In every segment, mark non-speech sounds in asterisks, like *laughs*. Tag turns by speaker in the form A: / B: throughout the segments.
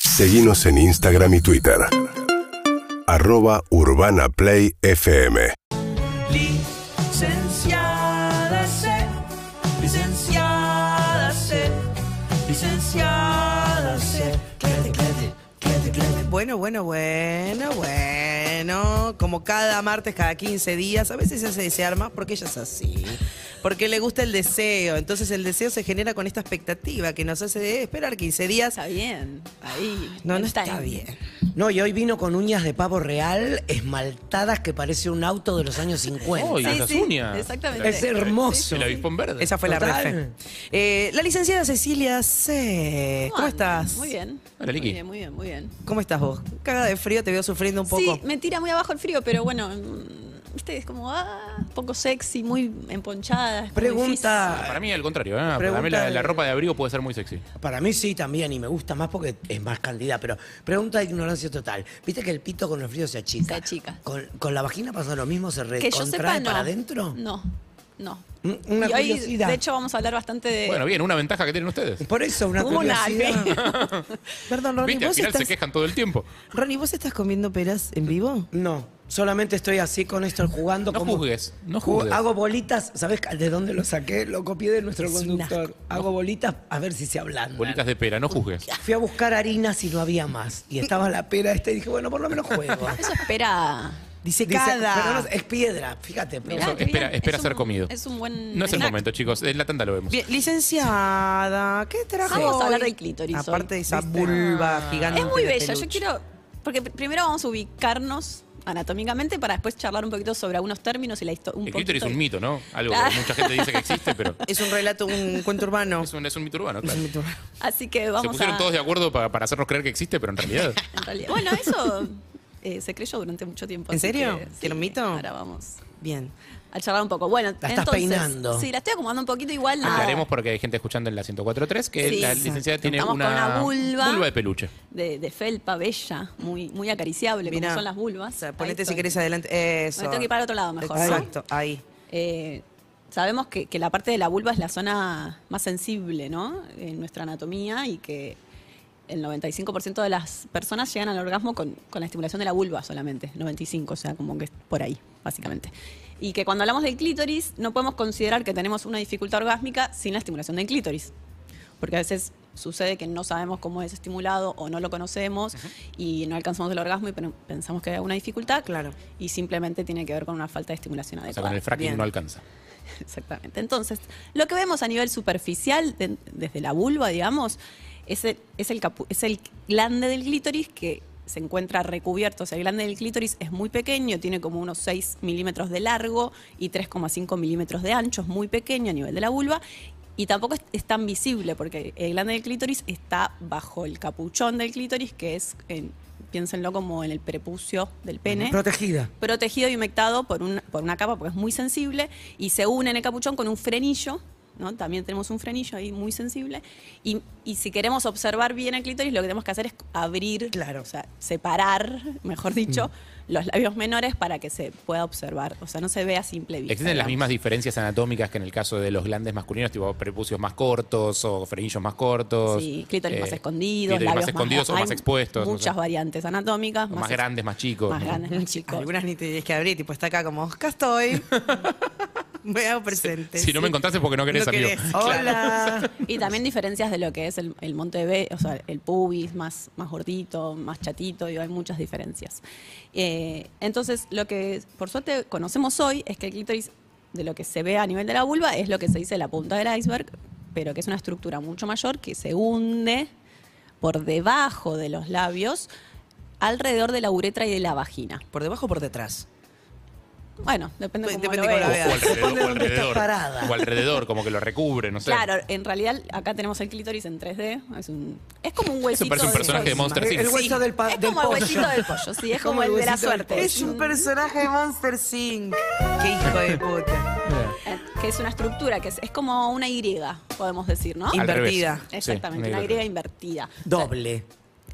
A: Seguimos en Instagram y Twitter. Arroba Urbana Play FM.
B: Licenciada C, licenciada C, licenciada C. Clete, clete, clete, clete. Bueno, bueno, bueno, bueno. Como cada martes, cada 15 días, a veces se hace desear más porque ella es así. Porque le gusta el deseo. Entonces el deseo se genera con esta expectativa que nos hace de esperar 15 días.
C: Está bien, ahí.
B: No, no
C: el
B: está
C: timing.
B: bien.
D: No, y hoy vino con uñas de pavo real, esmaltadas que parece un auto de los años 50.
E: Oh, y las uñas.
C: exactamente.
D: es hermoso.
E: El avispón verde.
B: Esa fue la
D: Total.
B: refe. Eh, la licenciada Cecilia C. ¿Cómo
C: andan?
B: estás?
C: Muy bien.
E: Hola, Liki.
C: Muy bien, muy bien, muy bien.
B: ¿Cómo estás vos? Caga de frío, te veo sufriendo un poco.
C: Sí, me tira muy abajo el frío, pero bueno, mm, viste, es como, ah, poco sexy, muy emponchada. es como
D: Pregunta-
E: Para mí al contrario, ¿eh? para
D: Pregunta
E: mí la, la
D: de-
E: ropa de abrigo puede ser muy sexy.
D: Para mí sí también, y me gusta más porque es más cantidad, pero pregunta de ignorancia total. ¿Viste que el pito con el frío se achica?
C: Se achica.
D: ¿Con, con la vagina pasa lo mismo? ¿Se
C: difícil. Que yo
D: recontrae
C: sepa, no.
D: para adentro?
C: No, no.
D: Mm, Una
C: y hoy,
D: curiosidad.
C: de hecho, vamos a hablar bastante de...
E: Bueno, bien, una ventaja que tienen ustedes.
D: Por eso, una
C: Una,
D: curiosidad.
B: *laughs* Perdón, Ronnie,
E: Viste, al
B: ¿vos
E: final
B: estás,
E: se quejan todo el tiempo.
B: Ronnie, ¿vos estás comiendo peras en vivo?
D: No, solamente estoy así con esto, jugando
E: No
D: como...
E: juzgues, no
D: Ju-
E: juzgues.
D: Hago bolitas, ¿sabes de dónde lo saqué? Lo copié de nuestro
B: Es un
D: conductor. Hago bolitas a ver si se ablandan.
E: Bolitas de pera, no juzgues.
D: Fui a buscar harinas y no había más. Y estaba la pera esta y dije, bueno, por lo menos
B: *laughs*
D: juego.
C: Eso espera...
D: Dice,
B: Disecada.
D: pero no, es piedra, fíjate. pero-
C: Mirá,
E: Eso,
C: qué
E: espera-
C: bien.
E: espera
C: Es
E: ser
C: un-
E: comido.
C: Es un buen
E: No es el
C: snack.
E: momento, chicos. En la tanda lo vemos.
B: Bien, licenciada, ¿qué trajo?
C: Vamos a
B: hoy?
C: hablar del clítoris
B: Aparte de
C: hoy,
B: esa
D: ¿viste?
B: vulva gigante.
C: Es muy
B: de
C: bella. Yo
B: peluche.
C: quiero. Porque pr- primero vamos a ubicarnos anatómicamente para después charlar un poquito sobre algunos términos y la historia.
E: El clítoris es un mito, ¿no? Algo
C: Claro.
E: que mucha gente dice que existe, pero
B: Es un relato,
C: *laughs*
B: un cuento urbano.
E: es un, es un mito urbano, claro.
C: Así que
E: Se
C: vamos
E: pusieron
C: a.
E: todos de acuerdo pa- para hacernos creer que existe, pero en realidad.
C: en realidad- Bueno, eso eh, se creyó durante mucho tiempo.
B: ¿En
C: así
B: serio?
C: que,
B: ¿Te lo mito?
C: Ahora vamos
B: Bien.
C: a charlar un poco. Bueno,
D: estás
C: entonces,
D: peinando.
C: Sí, la estoy acomodando un poquito igual. nada.
E: Aclaremos porque hay gente escuchando en la 104.3 que
C: Sí.
E: la licenciada tiene
C: Estamos con una vulva.
E: de peluche.
C: De, de felpa bella, muy, muy acariciable,
B: Mirá.
C: como son las vulvas.
B: O sea,
C: Ahí
B: ponete si
C: estoy.
B: querés adelante. Eso.
C: Me tengo que ir para otro lado mejor, ¿no?
B: Exacto, ahí.
C: Eh, sabemos que, que la parte de la vulva es la zona más sensible, ¿no? En nuestra anatomía y que el 95% de las personas llegan al orgasmo con, con la estimulación de la vulva solamente, 95, o sea, como que es por ahí, básicamente. Y que cuando hablamos del clítoris no podemos considerar que tenemos una dificultad orgásmica sin la estimulación del clítoris, porque a veces sucede que no sabemos cómo es estimulado o no lo conocemos y no alcanzamos el orgasmo y pen- pensamos que hay una dificultad
B: Claro.
C: y simplemente tiene que ver con una falta de estimulación
E: O
C: adecuada.
E: sea, con el fracking
B: Bien.
E: no alcanza.
C: *laughs* Exactamente. Entonces, lo que vemos a nivel superficial, de- desde la vulva, digamos, es el, es, el capu- es el glande del clítoris que se encuentra recubierto. O sea, el glande del clítoris es muy pequeño, tiene como unos 6 milímetros de largo y 3,5 milímetros de ancho, es muy pequeño a nivel de la vulva. Y tampoco es, es tan visible porque el glande del clítoris está bajo el capuchón del clítoris, que es, en- piénsenlo como en el prepucio del pene
D: Protegida.
C: protegido y humectado por, un- por una capa porque es muy sensible y se une en el capuchón con un frenillo. ¿no? También tenemos un frenillo ahí muy sensible. Y, y si queremos observar bien el clítoris, lo que tenemos que hacer es abrir,
B: Claro.
C: o sea, separar, *laughs* mejor dicho,
E: Mm.
C: los labios menores para que se pueda observar. O sea, no se vea a simple vista.
E: Existen las
C: digamos.
E: mismas diferencias anatómicas que en el caso de los glandes masculinos, tipo prepucios más cortos o frenillos más cortos.
C: Sí, clítoris
E: eh,
C: más escondidos,
E: clítoris
C: labios
E: más escondidos o
C: hay
E: más expuestos.
C: Muchas
E: o sea,
C: variantes anatómicas.
E: o
C: ex-
E: más grandes, más chicos.
C: Más
E: ¿no?
C: grandes, *laughs* más chicos.
B: Algunas ni te tienes que abrir, tipo, está acá como, acá
C: *laughs*
B: estoy. Me hago presente.
E: *laughs* Si no me encontraste es porque no querés,
B: No
E: amigo.
B: querés.
C: *laughs*
D: Hola.
C: Y también diferencias de lo que es el, el monte B, o sea, el pubis más, más gordito, más chatito, digo, hay muchas diferencias. Eh, entonces, lo que por suerte conocemos hoy es que el clítoris, de lo que se ve a nivel de la vulva, es lo que se dice la punta del iceberg, pero que es una estructura mucho mayor que se hunde por debajo de los labios, alrededor de la uretra y de la vagina.
B: ¿Por debajo o por detrás?
C: Bueno, depende
B: Dep-
C: cómo
B: Pues, depende cómo
C: lo
B: la
E: O,
C: veas.
E: o alrededor,
D: Depende de
E: o
D: dónde estás
E: alrededor.
D: parada.
E: O alrededor, como que lo recubre, no sé.
C: Claro, en realidad acá tenemos el clítoris en 3D. Es, un, es como un huesito.
E: Eso parece un
C: de-
E: personaje de Monster
D: El, el
E: Inc.
D: hueso del, pa-
C: Es
D: del
C: como el
D: pollo.
C: huesito del pollo,
D: *laughs*
C: sí, es como el de la
D: huesito del
C: suerte. Mm,
D: pollo.
B: Es un personaje de Monster Inc. Qué hijo de puta.
C: Eh, Que es una estructura, que es, es como una Y, podemos decir, ¿no?
E: Al
B: Invertida.
E: revés. Sí,
C: Exactamente,
E: una
C: una
E: Y.
C: Y invertida.
D: Doble.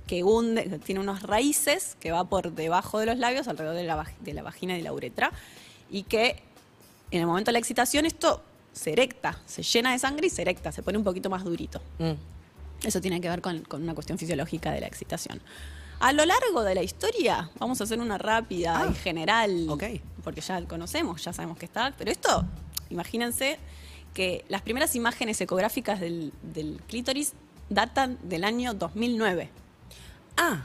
C: Que hunde, que tiene unos raíces que va por debajo de los labios, alrededor de la, vag- de la vagina y de la uretra. Y que en el momento de la
B: Mm.
C: excitación esto se erecta, se llena de sangre y se erecta, se pone un poquito más durito. Eso tiene que ver con, con una cuestión fisiológica de la excitación. A lo largo de la historia, vamos a hacer una rápida
B: Ah,
C: y general,
B: ok.
C: porque ya conocemos, ya sabemos que está, pero esto, imagínense que las primeras imágenes ecográficas del, del clítoris datan del año 2009.
B: Ah,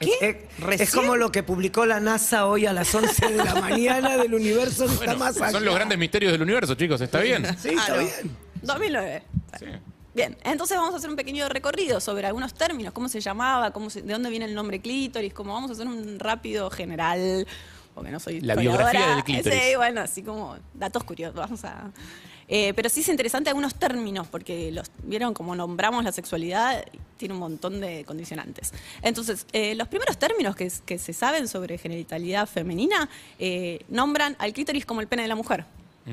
D: Es- Es, es
B: ¿Recién?
D: como lo que publicó la NASA hoy a las 11
B: *laughs*
D: de la mañana del universo está más allá.
E: Son los grandes misterios del universo, chicos, ¿está bien?
D: Sí, está
B: Ah, no.
D: bien.
C: 2009. Bien, entonces vamos a hacer un pequeño recorrido sobre algunos términos, cómo se llamaba, cómo se- de dónde viene el nombre clítoris, cómo vamos a hacer un rápido general, porque no soy
E: La
C: historiadora.
E: biografía del clítoris.
C: Sí, bueno, así como datos curiosos, vamos a... Eh, pero sí es interesante algunos términos, porque los vieron como nombramos la sexualidad, tiene un montón de condicionantes. Entonces, eh, los primeros términos que, s- que se saben sobre genitalidad femenina eh, nombran al clítoris como el pene de la mujer.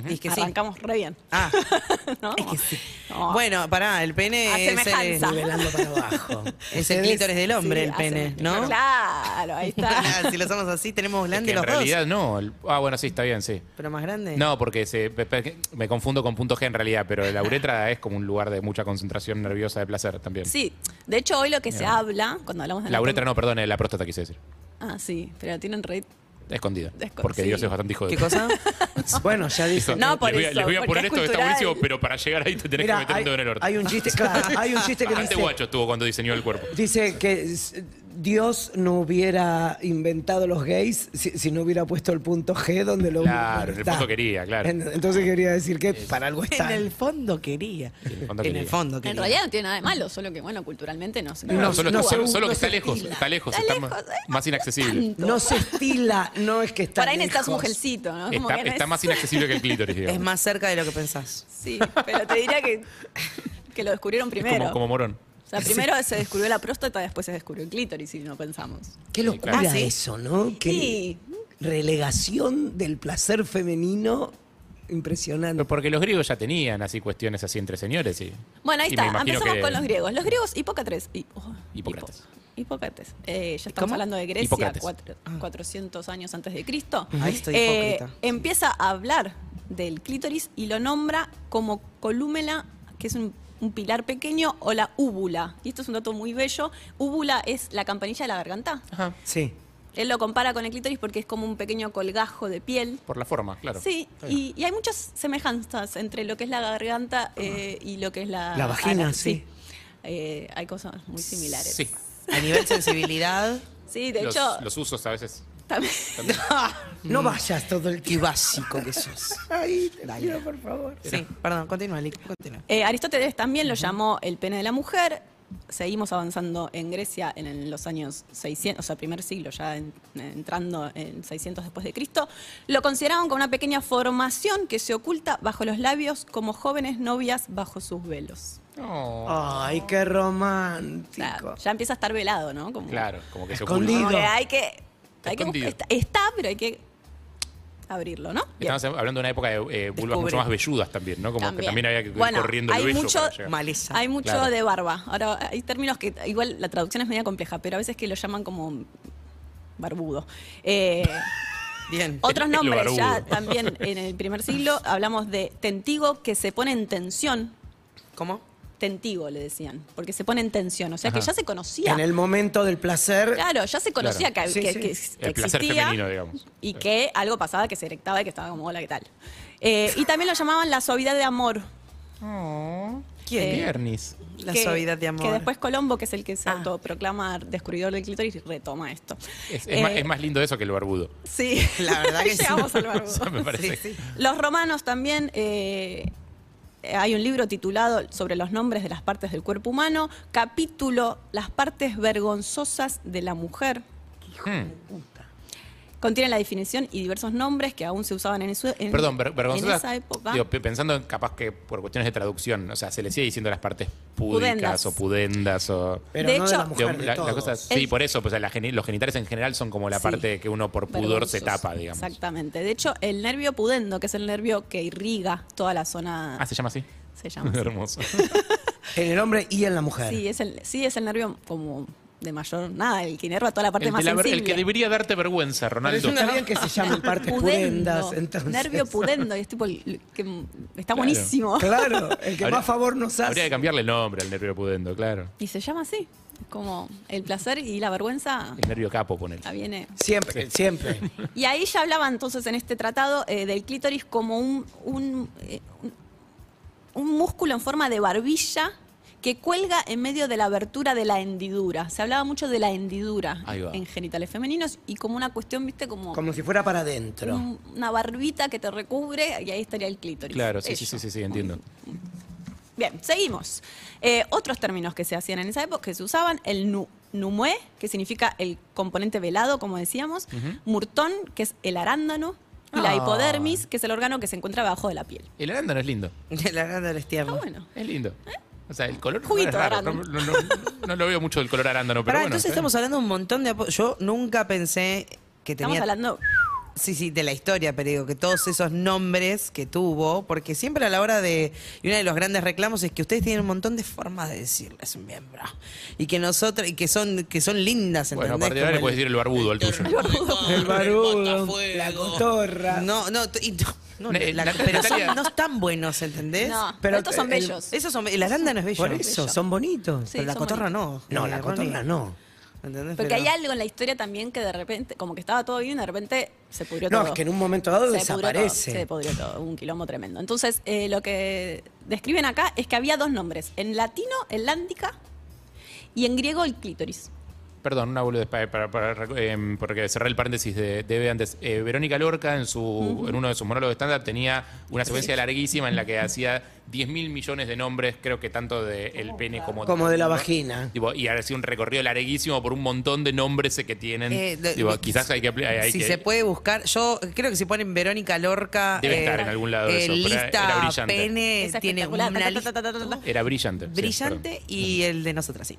B: es que sí.
C: Arrancamos re bien.
B: Ah,
C: *laughs* ¿no?
B: *laughs* es que sí.
C: No.
B: Bueno, pará, el
C: Oh. A
B: pene es el,
C: semejanza.
D: Nivelando para
C: *laughs*
D: abajo.
B: es el clítoris del hombre,
C: Sí,
B: el
C: hace-
B: pene, ¿no?
C: Claro, ahí está.
B: *laughs* si lo somos así, tenemos
E: Es que
B: grande
E: en
B: los
E: realidad no. el- Ah, bueno, sí, está bien, sí.
B: dos. Pero más grande.
E: No, porque se, pe- pe- me confundo con punto G en realidad, pero la uretra es como un lugar de mucha concentración nerviosa de placer también.
C: Sí, de hecho hoy lo que se habla, cuando hablamos de
E: La uretra no, perdón, eh, la próstata quise decir.
C: Ah, sí, pero tienen red.
E: Escondida.
C: Esco-
E: porque
C: sí.
E: Dios es bastante hijo de...
B: ¿Qué
E: *laughs*
B: cosa?
D: Bueno, ya dice.
C: No, por
E: les voy, a-
C: eso,
E: les voy a
C: porque es
E: poner esto que está
C: cultural.
E: buenísimo, pero para llegar ahí te tenés
D: Mira,
E: que meter un
D: hay,
E: dedo en el orto.
D: hay un chiste, claro, hay un
E: *laughs*
D: chiste que
E: Bastante
D: dice,
E: guacho estuvo cuando diseñó el cuerpo.
D: dice que s- Dios no hubiera inventado los gays si, si no hubiera puesto el punto G donde lo
E: Claro,
D: hubiera-
E: en el
D: está.
E: fondo quería, claro.
D: En- Entonces quería decir que para algo está.
B: fondo quería. En el
E: fondo
B: fondo
E: quería.
B: quería.
C: En realidad no tiene nada de malo, solo que bueno, culturalmente no se
E: No,
D: No,
E: solo
D: no
E: solo-
D: se-
E: solo
D: no
E: que
D: se
E: está lejos,
D: estila.
E: está lejos,
C: Está
E: está más-
C: lejos, eh,
E: más inaccesible.
D: No se estila, no es que está
C: Por ahí necesitas un
D: lejos.
C: mujercito, ¿no? Como
E: Está,
C: que no
E: está
C: es-
E: más inaccesible que
C: *laughs*
E: el clítoris, digamos.
B: Es más cerca de lo que pensás.
C: Sí, pero te diría que, que lo descubrieron
E: Es
C: primero.
E: como, como morón.
C: O sea, primero se descubrió la próstata, después se descubrió el clítoris, si no pensamos.
D: Qué locura
E: claro.
B: Ah, ¿sí?
D: eso, ¿no? Qué
C: Sí.
D: relegación del placer femenino impresionante.
E: Pero porque los griegos ya tenían así cuestiones así entre señores y.
C: Bueno, ahí
E: y me
C: está.
E: imagino
C: Empezamos
E: que-
C: con los griegos. Los griegos, Hipócrates. hi- oh,
E: Hipócrates.
C: hipo- Hipócrates. Eh, ya estamos
B: ¿Cómo? Ah.
C: hablando de Grecia,
E: Hipócrates.
C: cuatro- 400 años antes de Cristo.
B: Ahí estoy
C: Eh,
B: hipócrita.
C: empieza a hablar del clítoris y lo nombra como colúmela, que es un, un pilar pequeño, o la úvula. Y esto es un dato muy bello. Úvula es la campanilla de la garganta.
D: Sí.
C: Él lo compara con el clítoris porque es como un pequeño colgajo de piel.
E: Por la forma, claro.
C: Sí, y, y hay muchas semejanzas entre lo que es la
E: Ah.
C: garganta eh, y lo que es la...
D: La vagina,
C: ara-
D: sí.
C: Eh, hay cosas muy similares.
E: Sí.
B: A nivel *laughs* sensibilidad
C: Sí, de
E: los,
C: hecho,
E: los usos a veces.
C: también...
D: No vayas todo el
B: y
D: tiempo.
B: básico que sos.
D: *laughs* Ay, te pido, por favor.
B: Sí, perdón, continúa, Lick, continúa.
C: *laughs* Eh, Aristóteles también lo llamó el pene de la mujer. Seguimos avanzando en Grecia en el- los años 600, o sea, primer siglo, ya en- entrando en 600 después de Cristo. Lo consideraban como una pequeña formación que se oculta bajo los labios como jóvenes novias bajo sus velos.
E: No.
D: Ay, qué
C: O sea,
D: romántico.
C: ya empieza a estar velado, ¿no? Como,
E: Claro, como que se
D: Escondido.
E: oculta.
C: Como que hay que. Hay que
E: Escondido.
C: buscar- está, está, pero hay que abrirlo, ¿no? Bien.
E: Estamos hablando de una época de eh, vulvas
B: Descubre.
E: mucho más velludas también, ¿no? Como que
C: También.
E: también había que ir
C: Bueno,
E: corriendo el
C: hay
E: vello
C: mucho
E: para llegar.
B: Maleza.
C: Hay mucho
E: Claro.
C: de barba. Ahora, hay términos que igual la traducción es media compleja, pero a veces que lo llaman como barbudo. Eh,
E: *laughs*
B: Bien.
C: otros
E: El
C: nombres ya
E: barbudo. *laughs*
C: también en el primer siglo hablamos de tentigo que se pone en tensión.
B: ¿Cómo?
C: Tentigo le decían, porque se pone en tensión. O sea que
E: Ajá.
C: ya se conocía.
D: En el momento del placer.
C: Claro, ya se conocía
E: Claro.
C: que,
D: Sí,
C: que-
D: sí.
C: que- que
E: El placer
C: existía
E: femenino, digamos.
C: Y que algo pasaba que se erectaba y que estaba como, hola, ¿qué tal? Eh, y también lo llamaban la suavidad de amor.
E: Oh. ¿Quién?
C: Eh,
E: Viernes.
B: La
C: que-
B: suavidad de amor.
C: Que
B: *laughs*
C: después Colombo, que es el que se
B: Ah.
C: autoproclama descubridor del clítoris, retoma esto.
E: Es, es
C: Eh,
E: más, es más lindo eso que
C: *laughs*
E: el barbudo. *laughs*
C: Sí.
B: La verdad
C: *laughs*
B: que sí.
C: Llegamos al barbudo.
E: O sea, me parece.
B: Sí, sí.
C: Los romanos también. eh, hay un libro titulado sobre los nombres de las partes del cuerpo humano, capítulo Las partes vergonzosas de la mujer.
E: Hmm.
C: Contiene la definición y diversos nombres que aún se usaban en, eso, en-
E: Perdón, ver- vergonzosa.
C: en esa época.
E: digo, pe- pensando en capaz que por cuestiones de traducción, o sea, se le sigue diciendo las partes púdicas
C: Pudendas.
E: o pudendas o.
D: Pero
C: De
D: no de
C: hecho-
D: la mujer,
E: Digo,
D: de
E: la- la
D: todos.
E: cosa- sí,
C: El-
E: por eso, pues la geni- los genitales en general son como la
C: Sí.
E: parte que uno por pudor se
C: Vergonzosos.
E: tapa, digamos.
C: Exactamente. De hecho, el nervio pudendo, que es el nervio que irriga toda la zona,
E: Ah, se llama así. *laughs*
C: se llama. así.
E: Hermoso.
D: En el hombre y en la mujer.
C: Sí es, el, sí, es el nervio como de mayor. Nada, el que inerva toda la parte
E: El,
C: más
E: de la ver- el
C: sensible.
E: que debería darte vergüenza,
D: Pero
E: Ronaldo.
D: yo sabía que se llama
C: *laughs*
D: partes pudendas. Entonces.
C: Nervio pudendo. Y es tipo, el- el que m- está buenísimo.
D: Claro, el que
E: Habría-
D: más favor nos
E: Habría que
D: hace.
E: cambiarle el nombre al nervio pudendo, claro.
C: Y se llama así. Es como el placer y la vergüenza
E: El nervio capo, ponele.
C: la viene.
D: Siempre, siempre.
C: Y ahí ya hablaba entonces en este tratado eh, del clítoris como un, un, eh, un- un músculo en forma de barbilla que cuelga en medio de la abertura de la hendidura. Se hablaba mucho de la hendidura
E: Ahí va.
C: en genitales femeninos y como una cuestión, viste, como,
D: Como si fuera para adentro.
C: un- una barbita que te recubre y ahí estaría el clítoris.
E: Claro, sí, sí,
C: Eso.
E: sí, sí, sí, entiendo.
C: Bien, seguimos. Eh, otros términos que se hacían en esa época, que se usaban, el nu numue, que significa el componente velado, como decíamos, murtón, que es el arándano, y la
E: Ah.
C: hipodermis, que es el órgano que se encuentra debajo de la piel.
E: El arándano es lindo.
B: La grande del
C: Está
B: tierno.
C: Ah, bueno.
E: Es lindo. O sea, el color
C: Juguito
E: no es raro. No,
C: arándano.
E: no- no- no lo veo mucho del color arándano, pero
B: Pará,
E: bueno.
B: entonces
E: está bien.
B: estamos hablando de un montón de apo- Yo nunca pensé que
C: Estamos
B: tenía.
C: hablando
B: Sí, sí, de la historia, pero digo que todos esos nombres que tuvo, porque siempre a la hora de. Y uno de los grandes reclamos es que ustedes tienen un montón de formas de decirles un miembro. Y que nosotros, y que son, que son lindas, ¿entendés?
E: Bueno, a partir de ahora
B: Como
E: le puedes
B: el-
E: decir el barbudo al tuyo.
D: El barudo, la cotorra.
B: No, no, t- y no, no,
E: Ne-
B: la-
E: Na-
B: pero son-
E: Natalia-
B: no están buenos, ¿entendés?
C: No,
D: Pero
C: estos son
D: el-
C: bellos.
B: Esos son, el arándano es bello.
D: Por eso, son bonitos.
C: Sí,
B: pero la
C: son
B: cotorra no.
D: No,
B: eh,
D: la
B: Ronnie.
D: cotorra no.
B: ¿Entendés?
C: Porque
B: Pero-
C: hay algo en la historia también que de repente, como que estaba todo bien, y de repente se pudrió todo.
D: No, es que en un momento dado
C: se pudrió todo, se
D: desaparece.
C: pudrió todo, un quilombo tremendo. Entonces, eh, lo que describen acá es que había dos nombres, en latino, el lándica, y en griego, el clítoris.
E: Perdón, una boludez para, para- para- em, porque cerré el paréntesis de, de antes. Eh, Verónica Lorca en su en uno de sus monólogos estándar tenía una secuencia larguísima en la que hacía 10 mil millones de nombres, creo que tanto del
B: Oh,
E: pene como,
D: Como de la vagina.
E: Tipo, y hacía un recorrido larguísimo por un montón de nombres que tienen.
B: Eh, de-
E: Digo,
B: de-
E: quizás hay que... hay- hay
B: si
E: que-
B: se puede buscar, yo creo que si ponen Verónica Lorca. eh,
E: Debe estar en algún lado eso, pero era-
B: lista
E: era brillante.
B: pene,
C: Es
B: tiene
C: espectacular,
B: una
C: ta, ta,
B: lista
C: ta, ta, ta, ta.
E: Era brillante. sí,
B: brillante y el de nosotras, sí.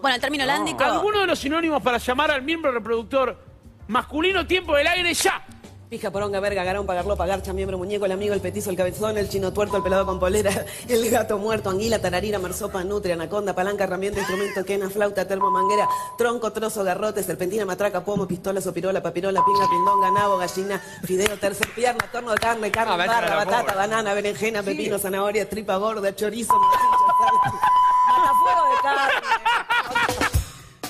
C: Bueno, el término lándico...
F: Algunos de los sinónimos para llamar al miembro reproductor masculino, tiempo del aire ya.
G: Pija, poronga, verga, garón, pagarlopa, garcha, miembro, muñeco, el amigo, el petizo, el cabezón, el chino tuerto, el pelado con polera, *laughs* el gato muerto, anguila, tararira, marsopa, nutria, anaconda, palanca, herramienta, instrumento, quena, flauta, termo, manguera, tronco, trozo, garrote, serpentina, matraca, pomo, pistola, sopirola, papirola, pinga, pindonga, nabo, gallina, fideo, tercer pierna, torno de carne, carne, barra, batata, banana, berenjena, pepino, zanahoria, tripa gorda, chorizo, salsa, matafuego de carne.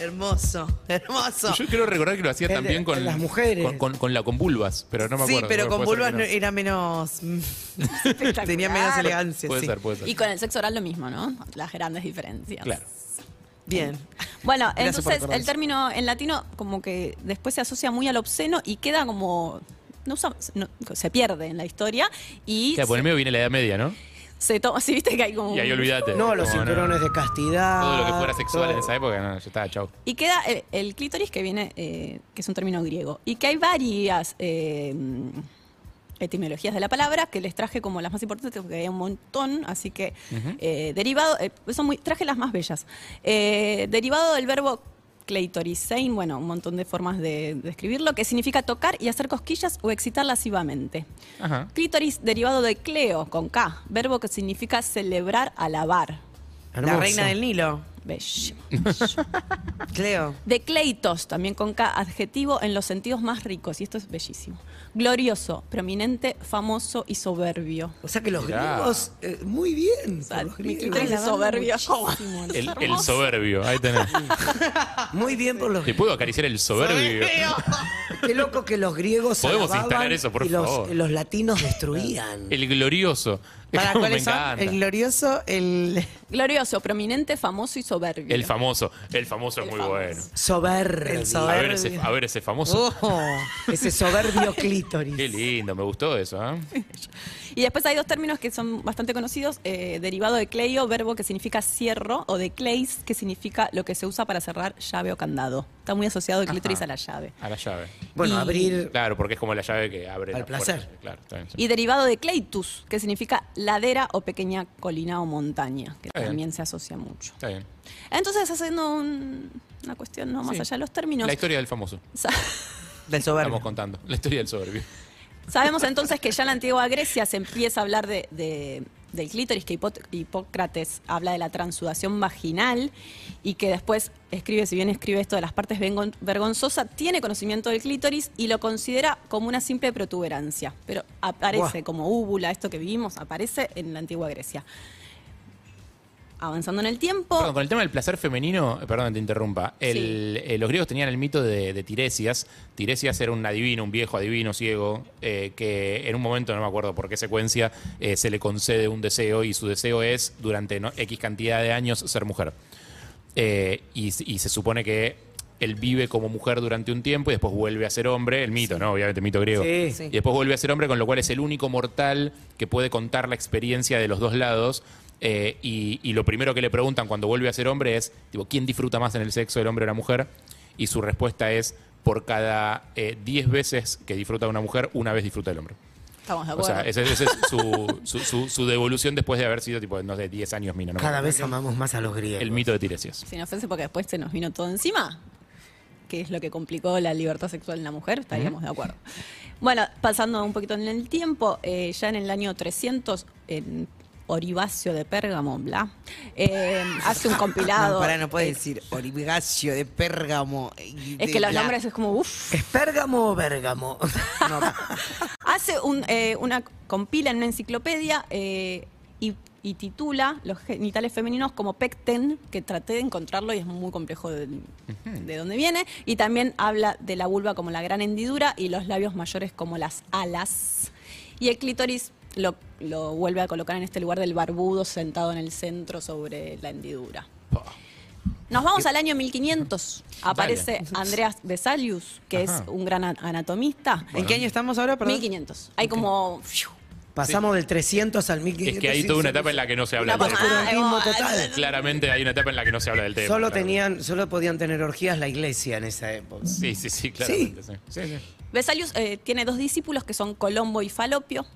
B: Hermoso, *laughs* hermoso.
E: Yo quiero recordar que lo hacía
D: El de-
E: también con
D: las mujeres.
E: Con, con- con la con vulvas, pero no me
B: sí,
E: acuerdo.
B: pero
E: Puede
B: con
E: ser que
B: vulvas
E: no.
B: no- era menos. *laughs*
C: espectacular.
B: tenía menos elegancia,
E: Puede
B: sí.
E: ser, puede ser.
C: Y con el sexo oral lo mismo, ¿no? Las grandes diferencias.
E: Claro.
B: Bien.
C: Bueno,
D: por
C: entonces
D: acordarse.
C: el término en latino como que después se asocia muy al obsceno y queda como... No usa- no- se pierde en la historia y
E: Claro, por el medio viene la Edad Media, ¿no?
C: se toma... Sí, viste que hay como...
E: Y ahí
C: un-
E: olvídate.
D: No, los
E: Como,
D: cinturones de castidad.
E: Todo lo que fuera sexual
D: todo.
E: en esa época, no, ya estaba, chau.
C: Y queda el, el clítoris que viene, eh, que es un término griego, y que hay varias eh, etimologías de la palabra que les traje como las más importantes, porque hay un montón, así que eh, derivado, eh, son muy, traje las más bellas. Eh, derivado del verbo cleitorisein, bueno, un montón de formas de describirlo, que significa tocar y hacer cosquillas o excitar lascivamente.
E: Ajá.
C: Clítoris derivado de cleo, con K, verbo que significa celebrar, alabar.
B: La
D: Hermoso.
B: reina del Nilo,
C: Bello.
B: *laughs* Cleo.
C: De Cleitos, también con K, adjetivo en los sentidos más ricos, y esto es bellísimo. Glorioso, prominente, famoso y soberbio.
D: O sea que los
E: Mirá.
D: griegos, eh, muy bien.
C: O sea,
D: por los
C: y
D: griegos.
C: tres de soberbio. *laughs*
E: El, el soberbio, ahí tenés.
D: Muy bien por los
E: ¿Te puedo acariciar el soberbio?
D: Qué loco que los griegos
E: Podemos
D: alababan
E: instalar eso, por
D: y los,
E: favor.
D: los latinos destruían.
E: El glorioso.
B: ¿Para
E: *laughs* Me
B: cuáles son?
E: encanta.
B: El glorioso, *laughs* el.
C: Glorioso, prominente, famoso y soberbio.
E: El famoso. El famoso es muy bueno.
D: Soberbio.
B: El soberbio.
E: A ver, ese, a ver ese famoso.
B: Oh.
D: Ese soberbio
E: Qué
D: clítoris.
E: lindo, me gustó eso, ¿eh?
C: Y después hay dos términos que son bastante conocidos, eh, derivado de cleio, verbo que significa cierro, o de cleis, que significa lo que se usa para cerrar llave o candado. Está muy asociado el clítoris
E: Ajá.
C: a la llave.
E: A la llave.
D: Bueno,
C: Y-
D: abrir.
E: Claro, porque es como la llave que abre.
D: Al
E: la
D: placer.
E: puerta. Claro, está bien, sí.
C: Y derivado de cleitus, que significa ladera o pequeña colina o montaña, que
E: bien.
C: también se asocia mucho.
E: Está bien.
C: Entonces, haciendo un- una cuestión no más
E: Sí.
C: allá de los términos,
E: La historia del famoso.
C: sa- *laughs*
B: Del soberbio.
E: Estamos contando. La historia del soberbio.
C: sabemos entonces que ya en la antigua Grecia se empieza a hablar de, de del clítoris, que Hipó- Hipócrates habla de la transudación vaginal y que después escribe, si bien escribe esto de las partes vengon- vergonzosas, tiene conocimiento del clítoris y lo considera como una simple protuberancia. Pero aparece
D: Buah.
C: como úvula, esto que vivimos, aparece en la antigua Grecia. Avanzando en el tiempo.
E: Perdón, con el tema del placer femenino, eh, perdón, te interrumpa. El- eh, los griegos tenían el mito de, de Tiresias. Tiresias era un adivino, un viejo adivino ciego, eh, que en un momento, no me acuerdo por qué secuencia, eh, se le concede un deseo y su deseo es, durante no- X cantidad de años, ser mujer. Eh, y, s- y se supone que él vive como mujer durante un tiempo y después vuelve a ser hombre, el mito, ¿no? Obviamente, mito griego.
D: Sí.
B: Sí.
E: Y después vuelve a ser hombre, con lo cual es el único mortal que puede contar la experiencia de los dos lados. Eh, y, y lo primero que le preguntan cuando vuelve a ser hombre es, tipo, ¿quién disfruta más en el sexo, el hombre o la mujer? Y su respuesta es, por cada eh, 10 veces que disfruta una mujer, una vez disfruta el hombre.
C: Estamos de
E: O
C: acuerdo.
E: sea, esa esa es su, su- su- su devolución después de haber sido, tipo, no sé, 10 años mina. ¿no?
D: Cada vez amamos más a los griegos.
E: El mito de Tiresias.
C: Sin ofensa, porque después se nos vino todo encima, que es lo que complicó la libertad sexual en la mujer, estaríamos de acuerdo. Bueno, pasando un poquito en el tiempo, eh, ya en el año 300, en Oribacio de Pérgamo, bla, eh, hace un
B: *laughs*
C: compilado.
B: No, pará, no puedes
C: eh,
B: decir origacio de Pérgamo. y
C: es
B: de
C: que los
B: la-
C: nombres es como, uff.
D: ¿Es Pérgamo o Bérgamo?
C: Hace un, eh, una compila en una enciclopedia eh, y, y titula los genitales femeninos como pecten, que traté de encontrarlo y es muy complejo de, de dónde viene. Y también habla de la vulva como la gran hendidura y los labios mayores como las alas. Y el clítoris lo, lo vuelve a colocar en este lugar del barbudo sentado en el centro sobre la hendidura. Nos vamos al año 1500. Aparece Andreas Vesalius, que es
E: Ajá.
C: un gran a- anatomista.
B: ¿En qué año estamos ahora? Perdón.
C: 1500. Hay como. fiu,
D: Pasamos del 300 al 1500.
E: Es que hay toda una etapa en la que no se habla
C: Una
E: del
C: pasada.
E: tema.
D: Oscurantismo
C: Ah,
D: total.
E: Claramente hay una etapa en la que no se habla del tema.
D: Solo,
E: claro.
D: tenían, solo podían tener orgías la iglesia en
C: *laughs*
D: esa época.
E: Sí, sí, sí, claramente. Sí. Sí, sí.
C: Vesalius eh, tiene dos discípulos que son Colombo y Falopio,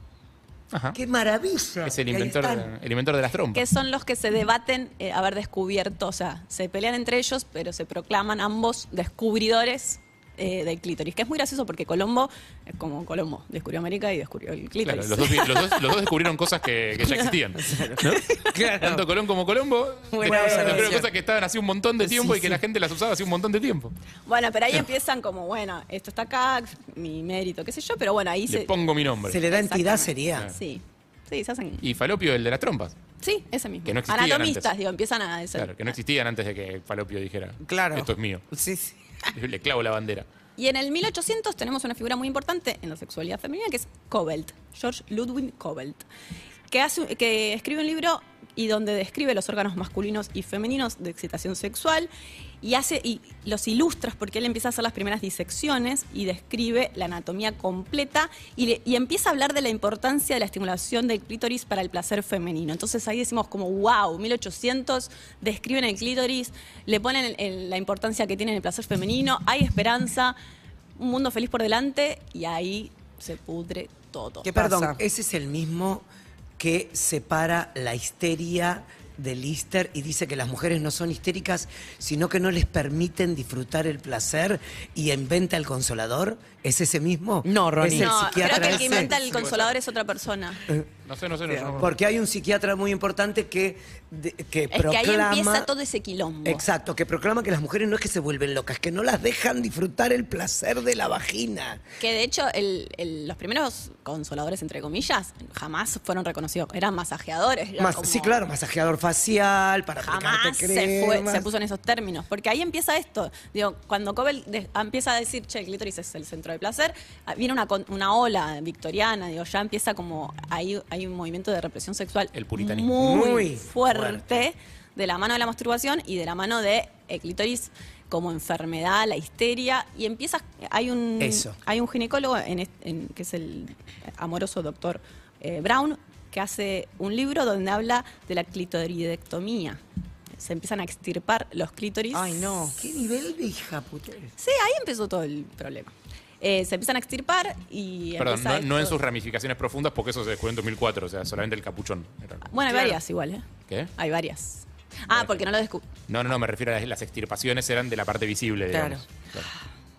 E: Ajá.
D: ¡Qué maravilla!
E: Es el
D: Que ahí
E: inventor,
D: están.
E: de, el inventor de las
C: que
E: trompas.
C: son los que se debaten eh, haber descubierto, o sea, se pelean entre ellos, pero se proclaman ambos descubridores eh, del clítoris, que es muy gracioso porque Colombo, es como Colombo, descubrió América y descubrió el
E: Claro,
C: clítoris.
E: los, dos, los dos- los dos descubrieron cosas que, que ya existían. ¿no? Tanto Colón como Colombo
B: Buena
E: descubrieron- descubrieron
B: observación.
E: cosas que estaban hace un montón de tiempo y que la gente las usaba hace un montón de tiempo.
C: *laughs* bueno, pero ahí empiezan como, bueno, esto está acá, mi mérito, qué sé yo, pero bueno, ahí
E: Le
C: se...
E: pongo mi nombre.
D: Se le da entidad
C: Exactamente.
D: sería.
C: Sí, sí, se hacen...
E: Y Falopio, el de las trompas.
C: Sí, ese mismo.
E: Que no existían
C: Anatomistas,
E: antes.
C: digo, empiezan a... decir-
E: Claro, que no existían antes de que Falopio dijera,
B: Claro.
E: esto es mío.
B: Sí, sí.
E: *laughs* Le clavo la bandera.
C: Y en el 1800 tenemos una figura muy importante en la sexualidad femenina que es Cobelt, George Ludwig Cobelt, que, hace- que escribe un libro y donde describe los órganos masculinos y femeninos de excitación sexual y, hace, y los ilustras porque él empieza a hacer las primeras disecciones y describe la anatomía completa y, le- y empieza a hablar de la importancia de la estimulación del clítoris para el placer femenino. Entonces ahí decimos como, wow, 1800, describen el clítoris, le ponen el- el- la importancia que tiene en el placer femenino, hay esperanza, un mundo feliz por delante y ahí se pudre todo.
B: ¿Qué
D: Perdón,
B: pasa?
D: ese es el mismo que separa la histeria del Easter y dice que las mujeres no son histéricas, sino que no les permiten disfrutar el placer y inventa el consolador. ¿Es ese mismo?
B: No, Ronnie.
D: Es el
C: No, creo
D: psiquiatra
C: que el que
D: ese?
C: inventa el consolador es otra persona.
E: No sé, no sé, no sé. no-
D: Porque hay un psiquiatra muy importante que, de- que
C: Es que
D: proclama...
C: ahí empieza todo ese quilombo.
D: Exacto, que proclama que las mujeres no es que se vuelven locas, que no las dejan disfrutar el placer de la vagina.
C: Que de hecho el- el- los primeros consoladores, entre comillas, jamás fueron reconocidos. Eran masajeadores. eran
D: Mas-
C: como-
D: Sí, claro, masajeador facial, para
C: Jamás
D: aplicarte
C: se, fue-
D: cremas.
C: se puso en esos términos. Porque ahí empieza esto. Digo, cuando Cobel de- empieza a decir, che, el clítoris es el centro de placer, ah, viene una, con- una ola victoriana. Digo, ya empieza como. Ahí hay un movimiento de represión sexual.
E: El puritanismo.
C: Muy,
D: Muy
C: fuerte,
D: fuerte.
C: De la mano de la masturbación y de la mano de el clítoris como enfermedad, la histeria. Y empiezas. Hay un.
D: Eso.
C: Hay un ginecólogo, en, est- en- que es el amoroso doctor eh, Brown, que hace un libro donde habla de la clitoridectomía. Se empiezan a extirpar los clítoris.
B: Ay, no.
D: ¿Qué nivel de hija putés?
C: Sí, ahí empezó todo el problema. Eh, se empiezan a extirpar y.
E: Perdón,
C: empieza
E: no, no en
C: esto-
E: sus ramificaciones profundas porque eso se descubrió en 2004, o sea, solamente el capuchón. era.
C: Bueno, hay varias igual, ¿eh?
E: ¿Qué?
C: Hay varias. Ah, porque no lo descubrí.
E: No, no, no, me refiero a las, las extirpaciones eran de la parte visible,
B: Claro.
E: digamos. Claro.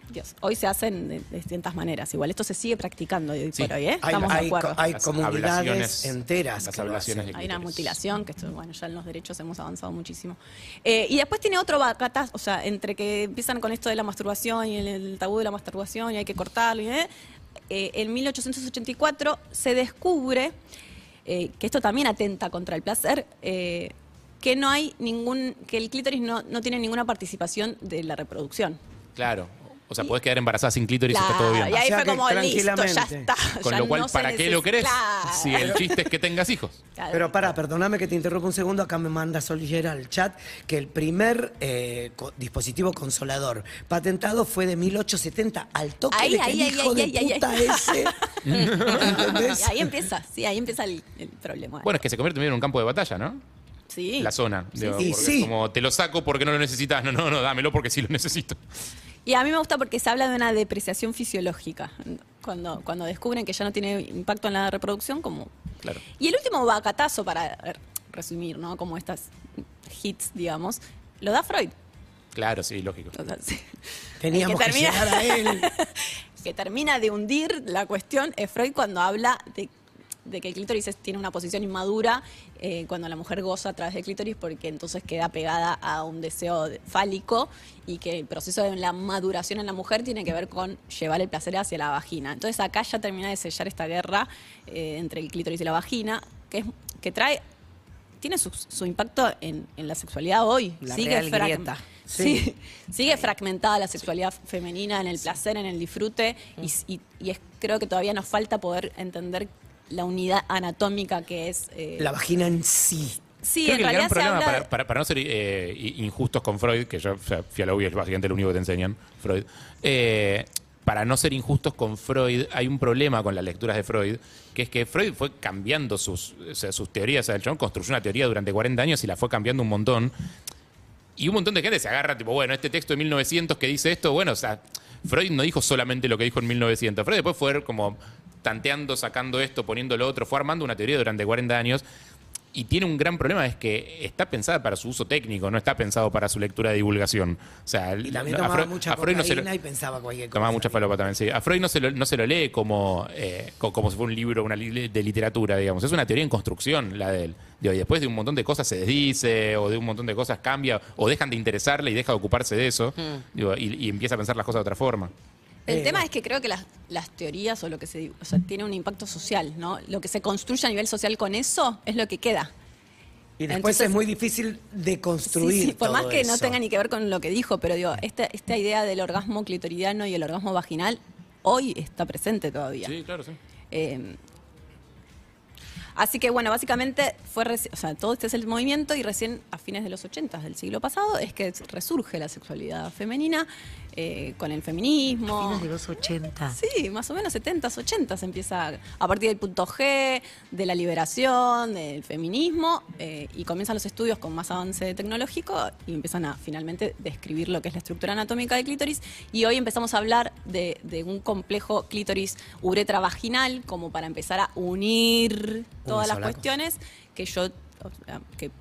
C: Dios, hoy se hacen de, de distintas maneras. Igual esto se sigue practicando hoy
E: Sí.
C: por hoy, ¿eh?
D: Hay,
C: Estamos
D: hay
C: de
D: co-
C: acuerdo.
D: hay
E: Las
D: comunidades
E: ablaciones-
D: enteras
E: las
D: que lo
E: ablaciones
D: hacen.
E: de
C: Hay una
E: clítoris.
C: mutilación, que esto, bueno, ya en los derechos hemos avanzado muchísimo. Eh, y después tiene otro bacatazo, o sea, entre que empiezan con esto de la masturbación y el, el tabú de la masturbación y hay que cortarlo, y, eh, eh, en 1884 se descubre, eh, que esto también atenta contra el placer, eh, que no hay ningún, que el clítoris no, no tiene ninguna participación de la reproducción.
E: Claro. O sea, podés quedar embarazada sin clítoris y está todo
C: Claro,
E: bien.
C: y ahí
D: O sea
C: fue
D: que
C: como, listo, ya
D: tranquilamente.
C: está.
E: Con
C: ya
E: lo cual,
C: no se
E: ¿para qué lo crees?
C: necesita.
E: Si el chiste es que tengas hijos.
C: Claro.
D: Pero pará, perdóname que te interrumpa un segundo. Acá me manda Solillera al chat que el primer eh, co- dispositivo consolador patentado fue de 1870. Al toque
C: Ahí,
D: de que
C: ahí,
D: el
C: ahí,
D: hijo
C: ahí,
D: de
C: ahí, ahí,
D: puta
C: ahí.
D: ese.
C: *laughs*
D: ¿entendés?
C: Ahí empieza, sí, ahí empieza el, el problema.
E: Bueno, es que se convierte también en un campo de batalla, ¿no?
C: sí.
E: La zona. digo, porque
D: sí. Y sí.
E: es Como te lo saco porque no lo necesitas. No, no, no, dámelo porque sí lo necesito.
C: Y a mí me gusta porque se habla de una depreciación fisiológica. Cuando, cuando descubren que ya no tiene impacto en la reproducción, como.
E: Claro.
C: Y el último bacatazo para a ver, resumir, ¿no? Como estas hits, digamos, lo da Freud.
E: Claro, sí, lógico.
C: O sea, sí.
D: Teníamos que,
C: termina-
D: llegar a él.
C: *laughs* que termina de hundir la cuestión es Freud cuando habla de, de que el clítoris es- tiene una posición inmadura eh, cuando la mujer goza a través del clítoris porque entonces queda pegada a un deseo de- fálico y que el proceso de la maduración en la mujer tiene que ver con llevar el placer hacia la vagina. Entonces acá ya termina de sellar esta guerra eh, entre el clítoris y la vagina que, es, que trae... Tiene su, su impacto en, en la sexualidad hoy.
B: La
C: Sigue
B: real
C: fragm-
B: grieta.
C: Sí. Sigue fragmentada la sexualidad femenina en el placer, en el disfrute, y, y- y es, creo que todavía nos falta poder entender la unidad anatómica que es. eh,
D: La vagina en sí.
C: sí,
E: Creo
C: en
E: que el
C: realidad
E: gran
C: se
E: problema,
C: habla.
E: para, para- para no ser eh, i- injustos con Freud, que yo o sea, fui a la UBI, es básicamente lo único que te enseñan, Freud, eh, para no ser injustos con Freud, hay un problema con las lecturas de Freud, que es que Freud fue cambiando sus, o sea, sus teorías. O sea, el chabón construyó una teoría durante 40 años y la fue cambiando un montón. Y un montón de gente se agarra, tipo, bueno, este texto de 1900 que dice esto, bueno, o sea, Freud no dijo solamente lo que dijo en 1900. Freud después fue como tanteando, sacando esto, poniendo lo otro, fue armando una teoría durante 40 años y tiene un gran problema, es que está pensada para su uso técnico, no está pensado para su lectura de divulgación. O sea,
D: Y también
E: no-
D: tomaba
E: Freud-
D: mucha
E: a Freud
D: cocaína
E: no se lo-
D: y pensaba cualquier cosa.
E: Tomaba mucha falopa también, sí. A Freud no se lo, no se lo lee como, eh, co- como si fuera un libro una li- de literatura, digamos. Es una teoría en construcción la de él. Digo, y después de un montón de cosas se desdice, o de un montón de cosas cambia, o dejan de interesarle y deja de ocuparse de eso. Digo, y, y empieza a pensar las cosas de otra forma.
C: El tema es que creo que las, las teorías o lo que se. O sea, tiene un impacto social, ¿no? Lo que se construye a nivel social con eso es lo que queda.
D: Y después
C: Entonces-
D: es muy difícil de construir.
C: Sí, sí, por
D: todo
C: más que no
D: eso.
C: tenga ni que ver con lo que dijo, pero digo, esta, esta idea del orgasmo clitoridiano y el orgasmo vaginal hoy está presente todavía.
E: claro, sí.
C: Eh, así que bueno, básicamente fue, reci- o sea, todo este es el movimiento y recién a fines de los 80 del siglo pasado es que resurge la sexualidad femenina eh, con el feminismo.
H: Fines de los 80.
C: Sí, más o menos 70, 80 se empieza a partir del punto G, de la liberación, del feminismo, eh, y comienzan los estudios con más avance tecnológico y empiezan a finalmente describir lo que es la estructura anatómica del clítoris. Y hoy empezamos a hablar de, de un complejo clítoris uretra vaginal, como para empezar a unir todas las
D: sola cosa.
C: cuestiones que yo. o sea, que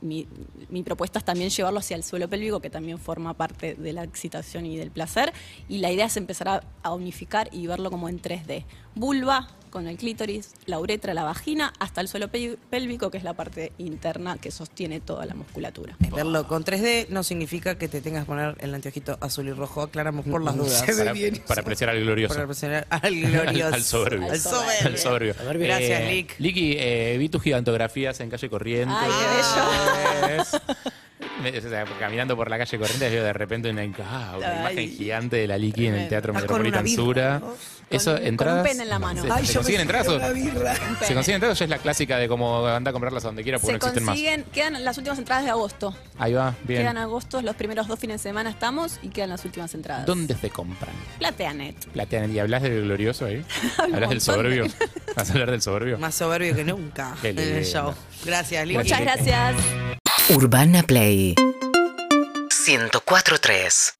C: mi, mi propuesta es también llevarlo hacia el suelo pélvico, que también forma parte de la excitación y del placer. Y la idea es empezar a, a unificar y verlo como en 3D. Vulva con el clítoris, la uretra, la vagina, hasta el suelo pel- pélvico, que es la parte interna que sostiene toda la musculatura.
B: Verlo con 3D no significa que te tengas que poner el anteojito azul y rojo. Aclaramos por las dudas.
D: Se ve
E: Para,
D: bien.
E: para apreciar al glorioso.
B: Para representar al
E: al,
B: glorioso.
E: *laughs* al soberbio.
B: Al soberbio.
E: Al soberbio.
D: Soberbio.
B: Gracias,
E: Eh,
B: Lick.
E: Licky, eh, vi tus gigantografías en calle Corrientes.
C: Ay, qué
E: Me- o sea, caminando por la calle Corrientes veo de repente una, ah, una
C: Ay.
E: imagen gigante de la Licky en el Teatro
D: Estás con una
E: Metropolitan Sura.
D: birra, ¿no?
E: Eso,
C: Con- con un
E: entradas.
C: pen en la mano.
E: ¿Se,
C: Ay,
E: se
D: yo
E: consiguen
D: me
E: entradas? o-
D: una birra.
E: ¿Se consiguen entradas? o Ya es la clásica de cómo anda a comprarlas a donde quiera porque
C: Se
E: pues, no existen
C: consiguen, quedan las últimas entradas de agosto.
E: más. Ahí va, bien.
C: Quedan agosto, los primeros dos fines de semana estamos y quedan las últimas entradas.
E: ¿Dónde se compran?
C: Plateanet.
E: Platean. ¿Y hablas del
C: *laughs*
E: glorioso ahí? ¿Hablas
C: montón
E: del
C: de- *laughs*
E: soberbio? ¿Vas a hablar del soberbio?
B: Más soberbio que nunca
E: Qué
B: en el
E: lindo.
B: show. Gracias, Lili.
C: Muchas gracias.
H: Urbana Play 104.3